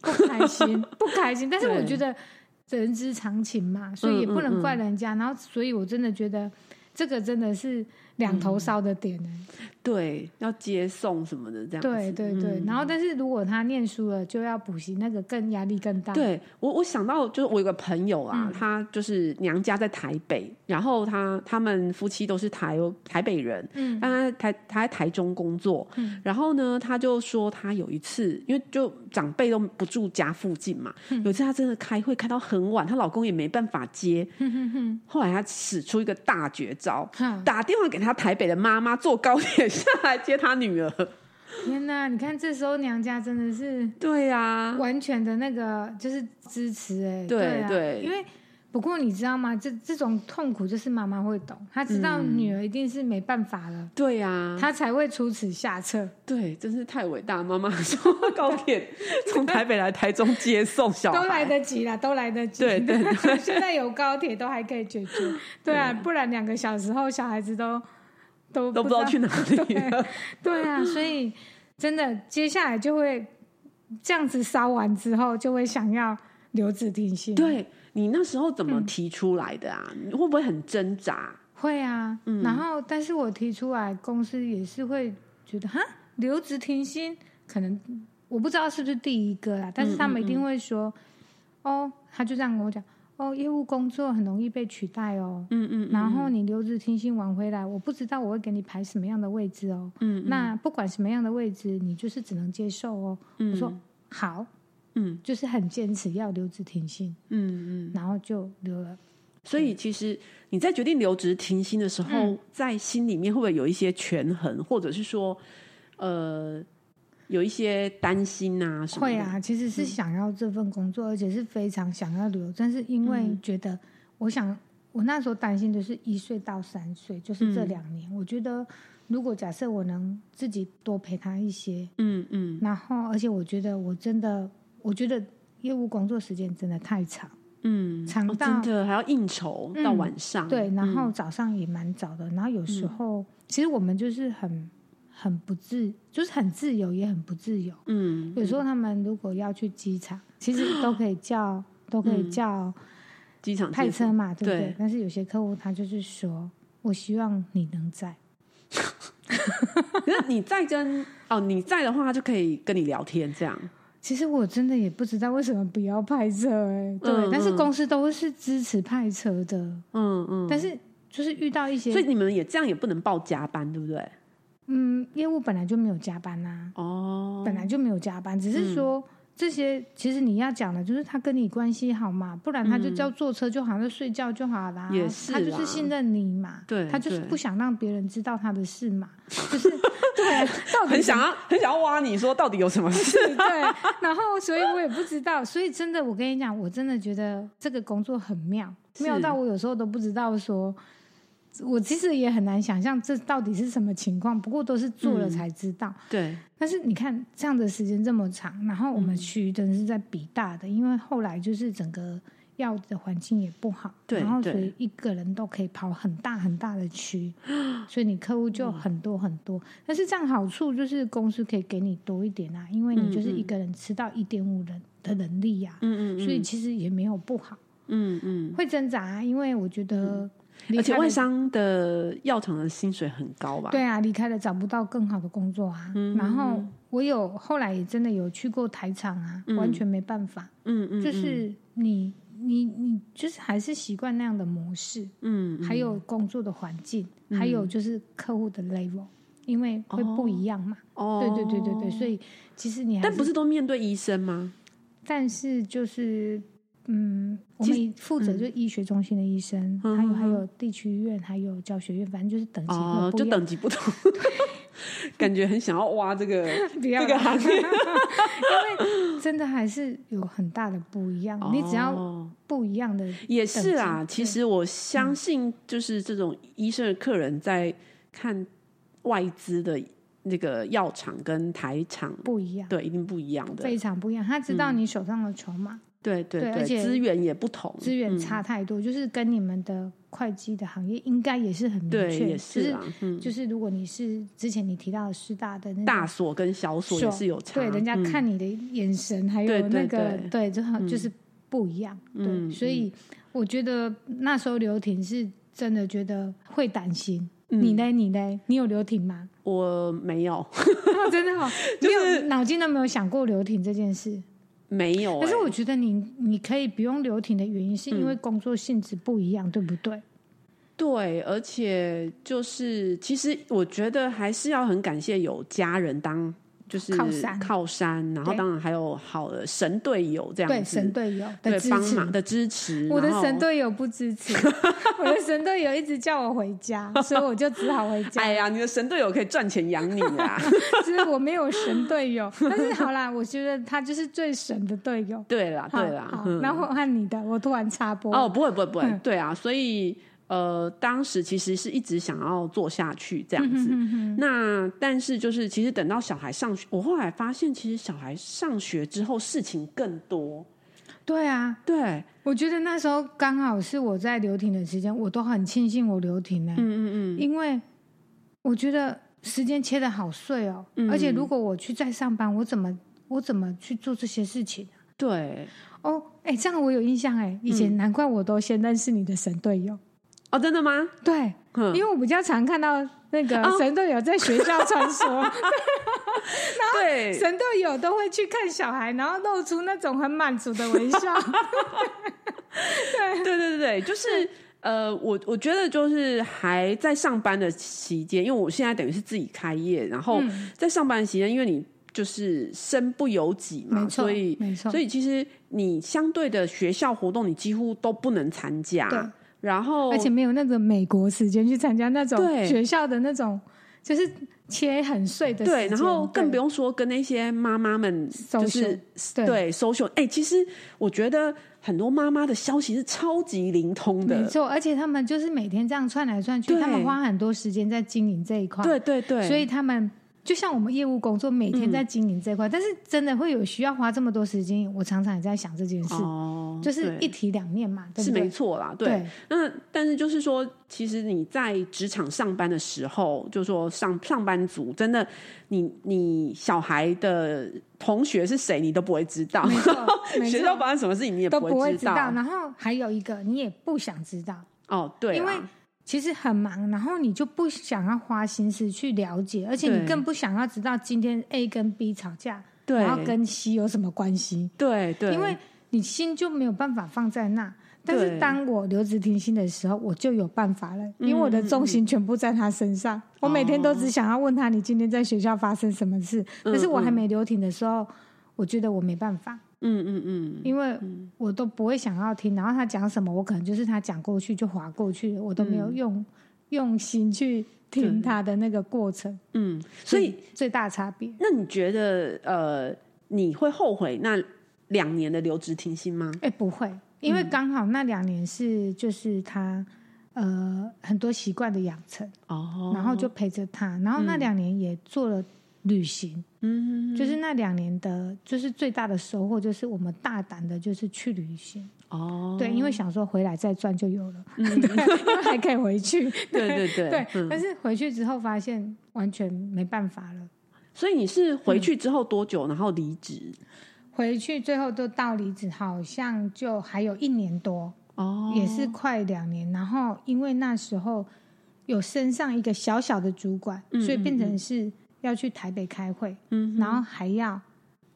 S3: 不开心，不开心。但是我
S1: 对
S3: 觉得人之常情嘛，所以也
S1: 嗯
S3: 不
S1: 嗯
S3: 能
S1: 嗯
S3: 怪人家。然后，所以我真的觉得这个真的是两
S1: 嗯
S3: 头烧的点呢、欸
S1: 对，要接送什么的这样子。
S3: 对对对，
S1: 嗯
S3: 然后但是如果他念书了，就要补习，那个更压力更大。，
S1: 对我，我想到就是我有个朋友啊，
S3: 嗯
S1: 他就是娘家在台北，然后他他们夫妻都是台台北人，
S3: 嗯
S1: 但他在台他在台中工作，
S3: 嗯
S1: 然后呢，他就说他有一次，因为就长辈都不住家附近嘛，
S3: 嗯
S1: 有一次他真的开会开到很晚，她老公也没办法接，
S3: 哼哼哼
S1: 后来他使出一个大绝招，
S3: 哼，
S1: 打电话给他台北的妈妈，坐高铁下来接他女儿。
S3: 天哪！你看这时候娘家真的是
S1: 对啊呀、
S3: 完全的那个就是支持哎、
S1: 对
S3: 啊
S1: 对
S3: 因为。不过你知道吗？这这种痛苦就是妈妈会懂，她知道
S1: 嗯
S3: 女儿一定是没办法了，
S1: 对啊呀、
S3: 她才会出此下策。
S1: 对，真是太伟大！妈妈说高铁 从台北来台中接送小孩，
S3: 都来得及啦，都来得及。
S1: 对 对
S3: 现在有高铁都还可以 解决。对啊，不然两个小时后小孩子都都
S1: 都不知道去哪里 了。
S3: 对啊，所以真的接下来就会这样子烧完之后，就会想要留职停薪。，
S1: 对你那时候怎么提出来的啊？你会不会很挣扎？
S3: 会啊。
S1: 嗯
S3: 然后，但是我提出来，公司也是会觉得哈，留职停薪可能我不知道是不是第一个啦，但是他们一定会说，哦，他就这样跟我讲，哦，业务工作很容易被取代哦。
S1: 嗯嗯
S3: 然后你留职停薪完回来，我不知道我会给你排什么样的位置哦。
S1: 嗯
S3: 那不管什么样的位置，你就是只能接受哦。我说好，
S1: 嗯
S3: 就是很坚持要留职停薪，
S1: 嗯嗯。
S3: 然后就留了。
S1: 所以其实你在决定留职停薪的时候，
S3: 嗯
S1: 在心里面会不会有一些权衡，或者是说，呃，有一些担心啊什么的？
S3: 会啊，其实
S1: 嗯
S3: 是想要这份工作，而且是非常想要留，但是因为觉得我想我那时候担心的是一岁到三岁，就是
S1: 嗯
S3: 这两年，我觉得如果假设我能自己多陪他一些，
S1: 嗯嗯
S3: 然后而且我觉得我真的，我觉得业务工作时间真的太长，
S1: 嗯，
S3: 长
S1: 哦
S3: 到
S1: 真的还要应酬
S3: 嗯
S1: 到晚上，
S3: 对，然
S1: 嗯
S3: 后早上也蛮早的，然后有时候、其实我们就是很很不自，就是很自由也很不自由。
S1: 嗯，
S3: 有时候他们如果要去机场，其实都可以 叫，都可以
S1: 嗯
S3: 叫
S1: 机场
S3: 派
S1: 接送
S3: 车嘛，对不对？
S1: 对
S3: 但是有些客户他就是说，我希望你能在，
S1: 可是你在跟哦你在的话，他就可以跟你聊天这样。
S3: 其实我真的也不知道为什么不要派车、哎，对，
S1: 嗯
S3: 但是
S1: 嗯
S3: 公司都是支持派车的，
S1: 嗯嗯，
S3: 但是就是遇到一些
S1: 所以，你们也这样也不能报加班，对不对？
S3: 嗯，业务本来就没有加班呐、啊
S1: 哦，嗯
S3: 本来就没有加班，只是说、这些其实你要讲的就是他跟你关系好嘛，不然他就叫坐车就好，就睡觉就好啦。
S1: 也是啦
S3: 他就是信任你嘛，
S1: 对
S3: 他就是
S1: 对
S3: 不想让别人知道他的事嘛，就是对啊，到
S1: 哦
S3: 底
S1: 很想要很想要挖你说到底有什么事？
S3: 是对， 然后所以我也不知道，所以真的我跟你讲，我真的觉得这个工作很妙，
S1: 是
S3: 妙到我有时候都不知道说。我其实也很难想象这到底是什么情况，不过都是做了
S1: 嗯
S3: 才知道。
S1: 对，
S3: 但是你看这样的时间这么长，然后我
S1: 嗯
S3: 们区真的是在比大的，因为后来就是整个药的环境也不好，
S1: 对
S3: 然后所
S1: 对
S3: 以一个人都可以跑很大很大的区，所以你客户就很多很多。但是这样好处就是公司可以给你多一点啊，因为你就是一个人吃到一点五人的能力呀、
S1: 嗯嗯嗯
S3: 所以其实也没有不好，
S1: 嗯嗯，
S3: 会挣扎、啊，因为我觉得离
S1: 而且
S3: 开
S1: 外
S3: 了
S1: 商的药厂的薪水很高吧？嗯
S3: 对啊，离开了找不到更好的工作啊。然后我有后来也真的有去过台场啊，完全没办法，
S1: 嗯，嗯嗯，
S3: 就是你你你就是还是习惯那样的模式，
S1: 嗯，嗯
S3: 还有工作的环境，还有就是客户的 level，因为会不一样嘛。
S1: 哦，
S3: 对对对对对，所以其实你还
S1: 但不是都面对医生吗？
S3: 但是就是，嗯，我
S1: 其
S3: 们负责就医学中心的医生，
S1: 嗯
S3: 还有
S1: 嗯
S3: 还有地区医院，还有教学院，反正就是等级会
S1: 哦，
S3: 不
S1: 就
S3: 一样。
S1: 等级不同， 感觉很想要挖这个
S3: 不要
S1: 这
S3: 啦
S1: 个行业。
S3: 因为真的还是有很大的不一样。你只要
S1: 哦
S3: 不一样的，
S1: 也是啊，
S3: 等级
S1: 其实我相信，就是这种医生的客人在看外资的那个药厂跟台厂，
S3: 不一样，
S1: 对，一定不一样的
S3: 非，常不一样。他知道你手上的筹码、
S1: 对对
S3: 对而且
S1: 资源也不同，
S3: 资源差太
S1: 嗯
S3: 多，就是跟你们的会计的行业应该也是很明
S1: 对，
S3: 确，
S1: 也是啊
S3: 就，
S1: 嗯，
S3: 是就是如果你是之前你提到的师大的那
S1: 大
S3: 种
S1: 所跟小所也是有差，
S3: 哦对，人家
S1: 嗯
S3: 看你的眼神，还
S1: 对
S3: 有
S1: 对
S3: 那个
S1: 对
S3: 对，就很就是不一样。
S1: 嗯
S3: 对，所以我觉得那时候刘婷是真的觉得会担心。
S1: 嗯
S3: 你嘞，你嘞，你有刘婷吗？
S1: 我没有
S3: 哦，真的哦，没有脑筋都没有想过留停这件事。
S1: 没有欸，
S3: 但是我觉得你你可以不用留停的原因，是
S1: 嗯
S3: 因为工作性质不一样，对不对？
S1: 对，而且就是，其实我觉得还是要很感谢有家人当就是
S3: 靠山
S1: 靠山然后
S3: 对
S1: 当然还有好的神队友这样子，
S3: 对，神队友的
S1: 对
S3: 支
S1: 帮
S3: 持。
S1: 忙的支持。
S3: 我的
S1: 然后
S3: 神，队友不支持， 我的神队友一直叫我回家，所以我就只好回家。
S1: 哎呀，你的神队友可以赚钱养你 啊！
S3: 就是我没有神队友，但是好啦，我觉得他就是最神的队友。
S1: 对啦，
S3: 好
S1: 对啦
S3: 好，
S1: 嗯
S3: 那我换你的，我突然插播。
S1: 哦，不会，不会，不会
S3: 嗯，
S1: 对啊，所以呃，当时其实是一直想要做下去
S3: 嗯
S1: 这样子。那但是就是，其实等到小孩上学，我后来发现，其实小孩上学之后事情更多。
S3: 对啊，
S1: 对，
S3: 我觉得那时候刚好是我在留停的时间，我都很庆幸我留停呢、
S1: 嗯嗯嗯，
S3: 因为我觉得时间切的好碎哦、
S1: 嗯
S3: 而且如果我去再上班，我怎么我怎么去做这些事情啊、
S1: 对。
S3: 哦，哎，这样我有印象哎、以
S1: 嗯
S3: 前难怪我都先认识你的神队友，
S1: 哦，真的吗？
S3: 对，
S1: 哼
S3: 因为我比较常看到那个
S1: 嗯哦
S3: 神队友在学校穿梭，
S1: 对，
S3: 神队友都会去看小孩，然后露出那种很满足的微 笑。
S1: 对对对对，就是呃，我我觉得就是还在上班的期间，因为我现在等于是自己开业，然后
S3: 嗯
S1: 在上班的期间，因为你就是身不由己嘛，
S3: 没错
S1: 所以
S3: 没错
S1: 所以其实你相对的学校活动，你几乎都不能参
S3: 对
S1: 加，然后
S3: 而且没有那个美国时间去参加那种
S1: 哦对
S3: 学校的那种，就是切很碎的时
S1: 对，
S3: 间。
S1: 然后更不
S3: 用
S1: 用说跟那些妈妈们就是
S3: Social，对
S1: 对 social。哎、其实我觉得很多妈妈的消息是超级灵通
S3: 没
S1: 的。
S3: 错，而且他们就是每天这样窜来窜去，
S1: 对
S3: 他们花很多时间在经营这一块，
S1: 对对对，
S3: 所以他们就像我们业务工作，每天
S1: 嗯
S3: 在经营这一块，但是真的会有需要花这么多时间，我常常也在想这件事，
S1: 哦，
S3: 就是
S1: 对
S3: 一体两面嘛，对
S1: 是
S3: 不
S1: 没
S3: 对？
S1: 错啦，对。那但是就是说，其实你在职场上班的时候，就说上上班族，真的，你你小孩的同学是谁，你都不会知道
S3: 没， 错，没
S1: 学校
S3: 错，
S1: 发生什么事情你也
S3: 都
S1: 不会
S3: 知道。然后还有一个，你也不想知道，
S1: 哦，对啦，
S3: 因为其实很忙，然后你就不想要花心思去了解，而且
S1: 对
S3: 你更不想要知道今天 A 跟 B 吵架，
S1: 对
S3: 然后跟 C 有什么关系，
S1: 对对，
S3: 因为你心就没有办法放在那。但
S1: 对
S3: 是当我留职停薪的时候，我就有办法了，因为我的
S1: 嗯
S3: 重心全部在他身上。我每天
S1: 哦
S3: 都只想要问他，你今天在学校发生什么事？但是我还没留停的时候，我觉得我没办法，
S1: 嗯嗯嗯，
S3: 因为我都不会想要听。然后他讲什么，我可能就是他讲过去就划过去了，我都没
S1: 嗯
S3: 有用、用心去听他的那个过程。
S1: 嗯，所以
S3: 最大差别，
S1: 那你觉得呃，你会后悔那两年的留职停薪吗？
S3: 哎、不
S1: 嗯
S3: 会，因为刚好那两年是就是他呃很多习惯的养成，
S1: 哦，
S3: 然后就陪着他，然后那两年也做了旅行，
S1: 嗯，
S3: 就是那两年的，就是最大的收获就是我们大胆的，就是去旅行，
S1: 哦，嗯
S3: 对，因为想说回来再赚就有了， 对，因为还可以回去，
S1: 对对对
S3: 对，
S1: 嗯
S3: 但是回去之后发现完全没办法了。
S1: 所以你是回
S3: 嗯
S1: 去之后多久，然后离职？
S3: 回去最后都到离职，好像就还有一年多，
S1: 哦，
S3: 也是快两年。然后因为那时候有升上一个小小的主管，所以变成是要去台北开会，
S1: 嗯
S3: 然后还要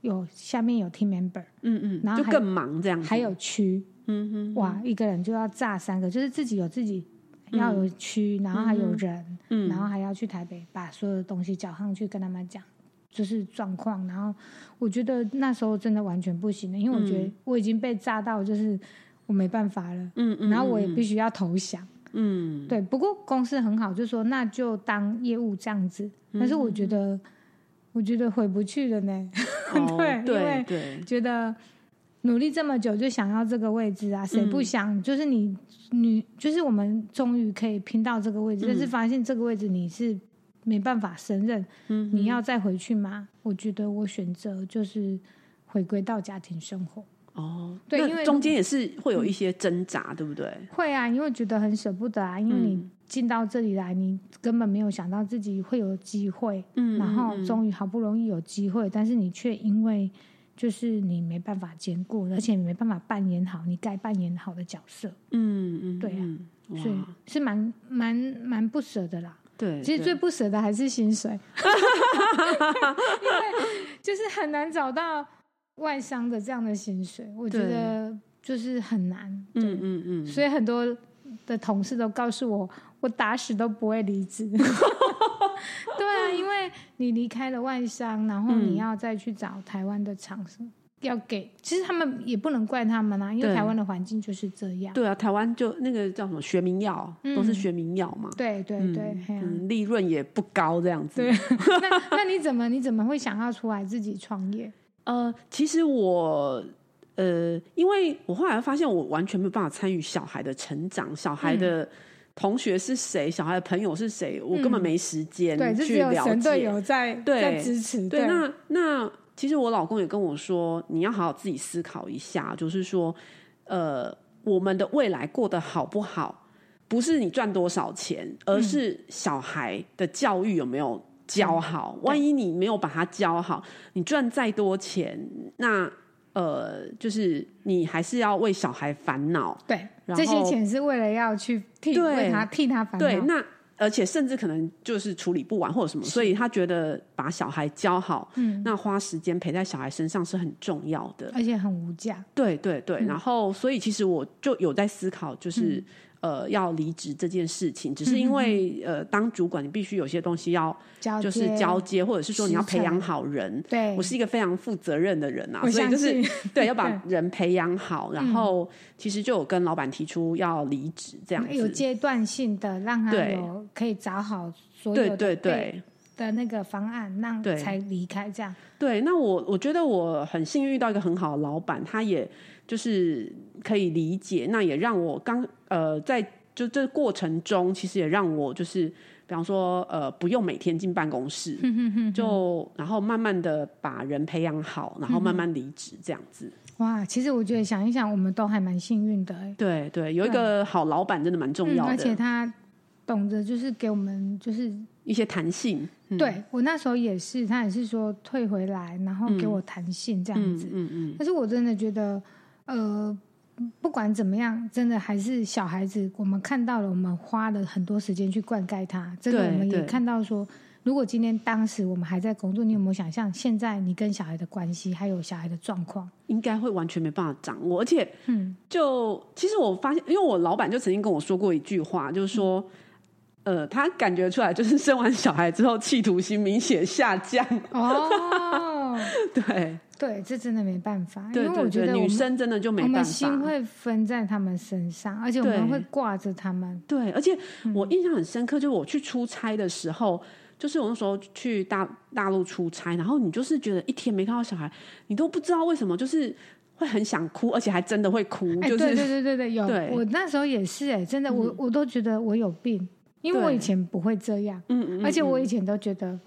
S3: 有下面有 team member，
S1: 嗯
S3: 然
S1: 嗯，
S3: 后
S1: 就
S3: 还
S1: 更忙这样子。
S3: 还有区，
S1: 嗯哼，
S3: 哇，一个人就要炸三个，就是自己有自己。要有区，然后还有人，
S1: 嗯
S3: 然后还要去台北把所有的东西交上去跟他们讲，就是状况。然后我觉得那时候真的完全不行了，因为我觉得我已经被炸到，就是我没办法了。
S1: 嗯嗯，
S3: 然后我也必须要投降。
S1: 嗯
S3: 对，不过公司很好，就说那就当业务这样子。
S1: 嗯
S3: 但是我觉得，我觉得回不去了呢，
S1: 哦
S3: 嗯对因
S1: 对
S3: 为
S1: 对，
S3: 觉得努力这么久就想要这个位置啊，谁不想？就是你，你就是我们终于可以拼到这个位置，但是发现这个位置你是没办法胜任，
S1: 嗯
S3: 你要再回去吗？我觉得我选择就是回归到家庭生活。
S1: 哦，
S3: 对
S1: 那
S3: 因为嗯
S1: 中间也是会有一些挣扎，对不对？
S3: 会啊，因为觉得很舍不得啊，因为你进到这里来，你根本没有想到自己会有机会，
S1: 嗯
S3: 然后终于好不容易有机会，但是你却因为就是你没办法兼顾，而且你没办法扮演好你该扮演好的角色，
S1: 嗯嗯，
S3: 对啊
S1: 嗯哇
S3: 所以是蛮蛮蛮不舍的啦。
S1: 对，
S3: 其实最
S1: 对
S3: 不舍的还是薪 水，因为就是很难找到外商的这样的薪水，我觉
S1: 对
S3: 得就是很难。对
S1: 嗯嗯嗯，
S3: 所以很多的同事都告诉我，我打死都不会离职。 对啊，因为你离开了外商，然后你要再去找台湾的厂商，要给，其实他们也不能怪他们啊，因
S1: 对
S3: 为台湾的环境就是这样。
S1: 对啊，台湾就那个叫什么学民药，都是学民药嘛，
S3: 对嗯对对，嘿啊
S1: 嗯，利润也不高这样子。
S3: 对。那那你怎么你怎么会想要出来自己创 业？
S1: 呃，其实我呃，因为我后来发现我完全没有办法参与小孩的成长，小
S3: 嗯
S1: 孩的同学是谁，小孩的朋友是谁，我根本没时间
S3: 嗯对，就只
S1: 去
S3: 有
S1: 了
S3: 神队
S1: 解。
S3: 友在
S1: 对
S3: 在支持。
S1: 对，那那其实我老公也跟我说，你要好好自己思考一下，就是说，呃，我们的未来过得好不好，不是你赚多少钱，而是小孩的教育有没有教好。万一你没有把他教好，你赚再多钱，那呃，就是你还是要为小孩烦恼。
S3: 对
S1: 然后
S3: 这些钱是为了要去替
S1: 对
S3: 为他替他烦恼。
S1: 对，那而且甚至可能就是处理不完或者什么，所以他觉得把小孩教好，嗯，那花时间陪在小孩身上是很重要的。
S3: 而且很无价。
S1: 对对对，
S3: 嗯
S1: 然后所以其实我就有在思考，就是、呃要离职这件事情，只
S3: 嗯
S1: 是因为、呃当主管你必须有些东西要
S3: 交
S1: 就是
S3: 接
S1: 交接，或者是说你要培养好人。
S3: 对，
S1: 我是一个非常负责任的人啊，所
S3: 我
S1: 以
S3: 相
S1: 就是
S3: 信 嗯
S1: 对要 把人培养好，然后其实就有跟老板提出要离职这样
S3: 有
S1: 子。
S3: 阶段性的，让他
S1: 对
S3: 有可以找好所有
S1: 对
S3: 的
S1: 对
S3: 备
S1: 对
S3: 的那个方案，那
S1: 对
S3: 才离开这样。
S1: 对，那我我觉得我很幸运遇到一个很好的老板，他也就是可以理解，那也让我刚呃在就这过程中，其实也让我就是比方说呃不用每天进办公室，就然后慢慢的把人培养好，
S3: 嗯
S1: 然后慢慢离职这样子。
S3: 哇，其实我觉得想一想，我们都还蛮幸运的、欸，
S1: 对对，有一
S3: 对
S1: 个好老板真的蛮重
S3: 嗯，
S1: 要
S3: 而
S1: 的，
S3: 且他懂得就是给我们就是
S1: 一些弹性。嗯、
S3: 对我那时候也是，他也是说退回来，然后给我弹性这样
S1: 嗯，
S3: 子。
S1: 嗯嗯
S3: 但是我真的觉得，呃，不管怎么样，真的还是小孩子，我们看到了，我们花了很多时间去灌溉他，真的
S1: 对
S3: 我们也
S1: 对
S3: 看到说。如果今天当时我们还在工作，你有没有想象现在你跟小孩的关系，还有小孩的状况？
S1: 应该会完全没办法掌握，而且
S3: 嗯，
S1: 就其实我发现，因为我老板就曾经跟我说过一句话，就是说，
S3: 嗯
S1: 呃，他感觉出来就是生完小孩之后企图心明显下降。
S3: 哦，
S1: 对
S3: 对，这真的没办法，
S1: 对
S3: 因为
S1: 对
S3: 我觉
S1: 对，
S3: 得我
S1: 女
S3: 们
S1: 生真的就没
S3: 我
S1: 办
S3: 们心
S1: 法。
S3: 会分在他们身上，而且我们
S1: 对
S3: 会挂着他们。
S1: 对，而且
S3: 嗯
S1: 我印象很深刻，就是我去出差的时候，就是我那时候去大大陆出差，然后你就是觉得一天没看到小孩，你都不知道为什么，就是会很想哭，而且还真的会哭，
S3: 哎、
S1: 就是
S3: 对对对对对，有
S1: 对嗯
S3: 我那时候也是哎、真的，我、我都觉得我有病，因为我
S1: 对
S3: 以前不会这样，
S1: 嗯嗯，
S3: 而且我
S1: 嗯
S3: 以前都觉得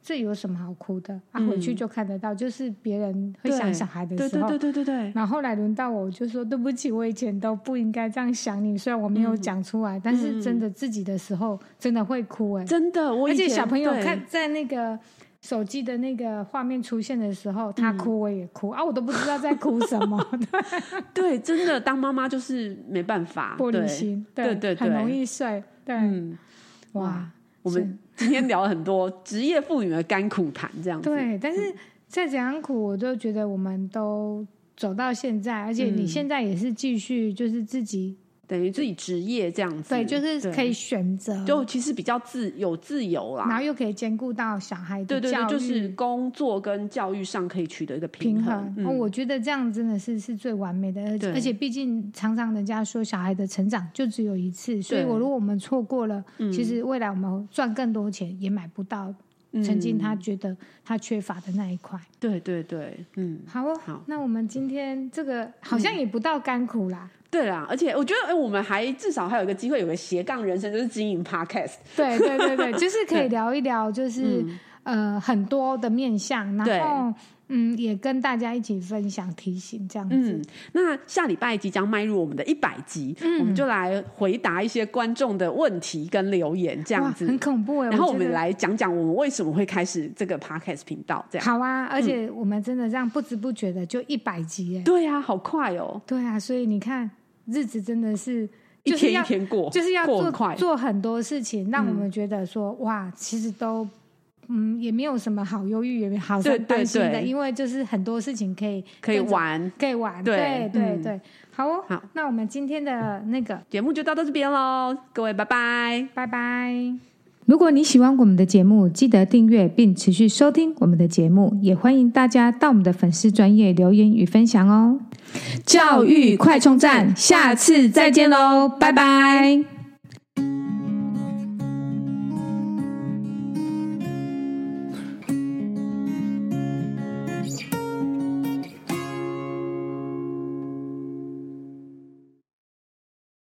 S3: 这有什么好哭的啊，
S1: 嗯
S3: 回去就看得到，就是别人会
S1: 对
S3: 想小孩的
S1: 对
S3: 时
S1: 对
S3: 候。
S1: 对对对对，
S3: 然后后来轮到我，我就说对不起，我以前都不应该这样想你。虽然我没
S1: 嗯
S3: 有讲出来，但是真的自己的时候真的会哭哎、
S1: 真的，嗯我
S3: 而
S1: 以
S3: 且
S1: 前
S3: 小朋友
S1: 对
S3: 看在那个手机的那个画面出现的时候，
S1: 嗯
S3: 他哭我也哭、啊，我都不知道在哭什么，对
S1: 对，真的当妈妈就是没办法，
S3: 玻璃
S1: 啊对，
S3: 心，
S1: 对对
S3: 很
S1: 对
S3: 容易碎，对，
S1: 嗯，
S3: 哇，
S1: 我们今天聊了很多职业妇女的甘苦谈，这样子，嗯
S3: 对，但是再怎样苦，我都觉得我们都走到现在，而且你
S1: 嗯
S3: 现在也是继续就是自己，
S1: 等于自己职业这样子，
S3: 对，就是可以，呃选择，
S1: 就其实比较自有自由
S3: 然
S1: 啦
S3: 后，又可以兼顾到小孩
S1: 对对
S3: 的教
S1: 对，
S3: 育
S1: 就是工作跟教育上可以取得一个
S3: 平
S1: 衡
S3: 衡，，
S1: 嗯
S3: 哦，我觉得这样真的是是最完美的，而且
S1: 对
S3: 而且毕竟常常人家说小孩的成长就只有一次，所以
S1: 对
S3: 我如果我们错过了，其实未来我们赚更多钱也买不到
S1: 嗯
S3: 曾经他觉得他缺乏的那一块。
S1: 对对对，嗯，
S3: 好哦，
S1: 好嗯
S3: 那我们今天这个好像也不到甘苦啦，
S1: 对啦，而且我觉得，哎，我们还至少还有一个机会，有个斜杠人生，就是经营 podcast，
S3: 对对对对，就是可以聊一聊，就是、呃很多的面向，
S1: 嗯对
S3: 然后嗯也跟大家一起分享提醒这样子。
S1: 嗯，那下礼拜即将迈入我们的一百集，
S3: 嗯
S1: 我们就来回答一些观众的问题跟留言，这
S3: 这
S1: 样子。
S3: 很恐怖哎、
S1: 然后我
S3: 觉
S1: 们
S3: 得
S1: 来讲讲我们为什么会开始这个 podcast 频道， 这样。
S3: 好啊，而
S1: 嗯
S3: 且我们真的这样不知不觉的就一百集耶。
S1: 对啊，好快哦，
S3: 对啊，所以你看，日子真的是
S1: 一
S3: 就是
S1: 天一
S3: 要
S1: 天过，
S3: 就是要
S1: 过很
S3: 做
S1: 快。
S3: 做很多事情，让我们觉得说、哇，其实都嗯也没有什么好忧郁，也没有好
S1: 对对
S3: 担心的，
S1: 对
S3: 因为就是很多事情可以
S1: 可以
S3: 跟着
S1: 玩，
S3: 可以玩，
S1: 对
S3: 对对
S1: 嗯
S3: 对，好哦，
S1: 好，
S3: 那我们今天的那个
S1: 节目就到到这边喽，各位拜拜。
S3: 拜拜。如果你喜欢我们的节目，记得订阅并持续收听我们的节目，也欢迎大家到我们的粉丝专业留言与分享哦。教育快充站，下次再见喽，拜拜